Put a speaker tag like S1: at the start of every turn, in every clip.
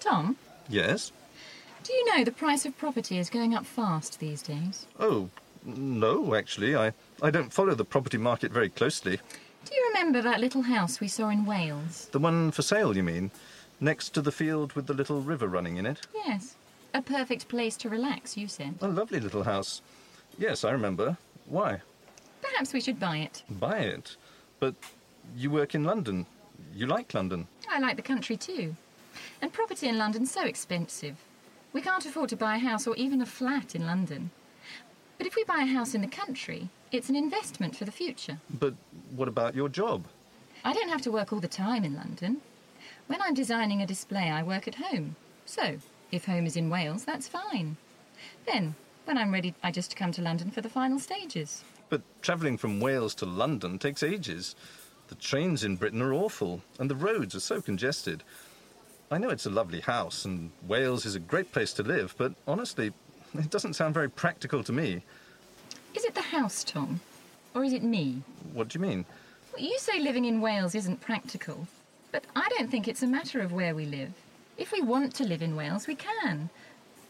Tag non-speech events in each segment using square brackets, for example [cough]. S1: Tom,
S2: Yes?
S1: do you know the price of property is going up fast these days?
S2: Oh, no, actually. I, I don't follow the property market very closely.
S1: Do you remember that little house we saw in Wales?
S2: The one for sale, you mean? Next to the field with the little river running in it?
S1: Yes. A perfect place to relax, you said.
S2: A lovely little house. Yes, I remember. Why?
S1: Perhaps we should buy it.
S2: Buy it. But you work in London. You like London.
S1: I like the country too. And property in London's so expensive. We can't afford to buy a house or even a flat in London. But if we buy a house in the country, it's an investment for the future.
S2: But what about your job?
S1: I don't have to work all the time in London. When I'm designing a display, I work at home. So, if home is in Wales, that's fine. Then, when I'm ready, I just come to London for the final stages.
S2: But travelling from Wales to London takes ages. The trains in Britain are awful, and the roads are so congested. I know it's a lovely house, and Wales is a great place to live, but honestly, it doesn't sound very practical to me.
S1: Is it the house, Tom? Or is it me?
S2: What do you mean? [laughs]
S1: Well, you say living in Wales isn't practical, but I don't think it's a matter of where we live. If we want to live in Wales, we can.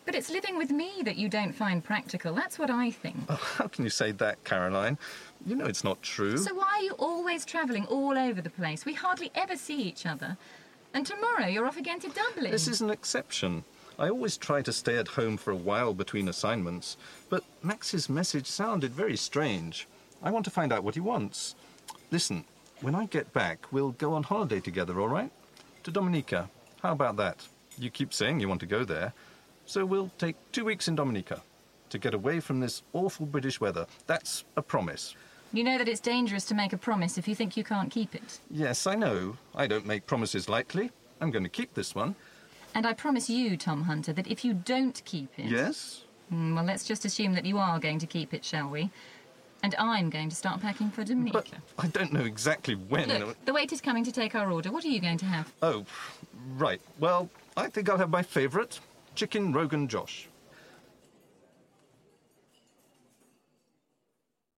S1: But it's living with me that you don't find practical. That's what I think.
S2: Oh, how can you say that, Caroline? You know it's not true.
S1: So why are you always travelling all over the place? We hardly ever see each other. And tomorrow you're off again to Dublin.
S2: This is an exception. I always try to stay at home for a while between assignments, but Max's message sounded very strange. I want to find out what he wants. Listen, when I get back, we'll go on holiday together, all right? To Dominica. How about that? You keep saying you want to go there. So we'll take two weeks in Dominica to get away from this awful British weather. That's a promise.
S1: You know that it's dangerous to make a promise if you think you can't keep it.
S2: Yes, I know. I don't make promises lightly. I'm going to keep this one.
S1: And I promise you, Tom Hunter, that if you don't keep it.
S2: Yes?
S1: Mm, well, let's just assume that you are going to keep it, shall we? And I'm going to start packing for Dominica.
S2: But I don't know exactly when.
S1: Look, the waiter's coming to take our order. What are you going to have?
S2: Oh, right. Well, I think I'll have my favourite chicken Rogan Josh.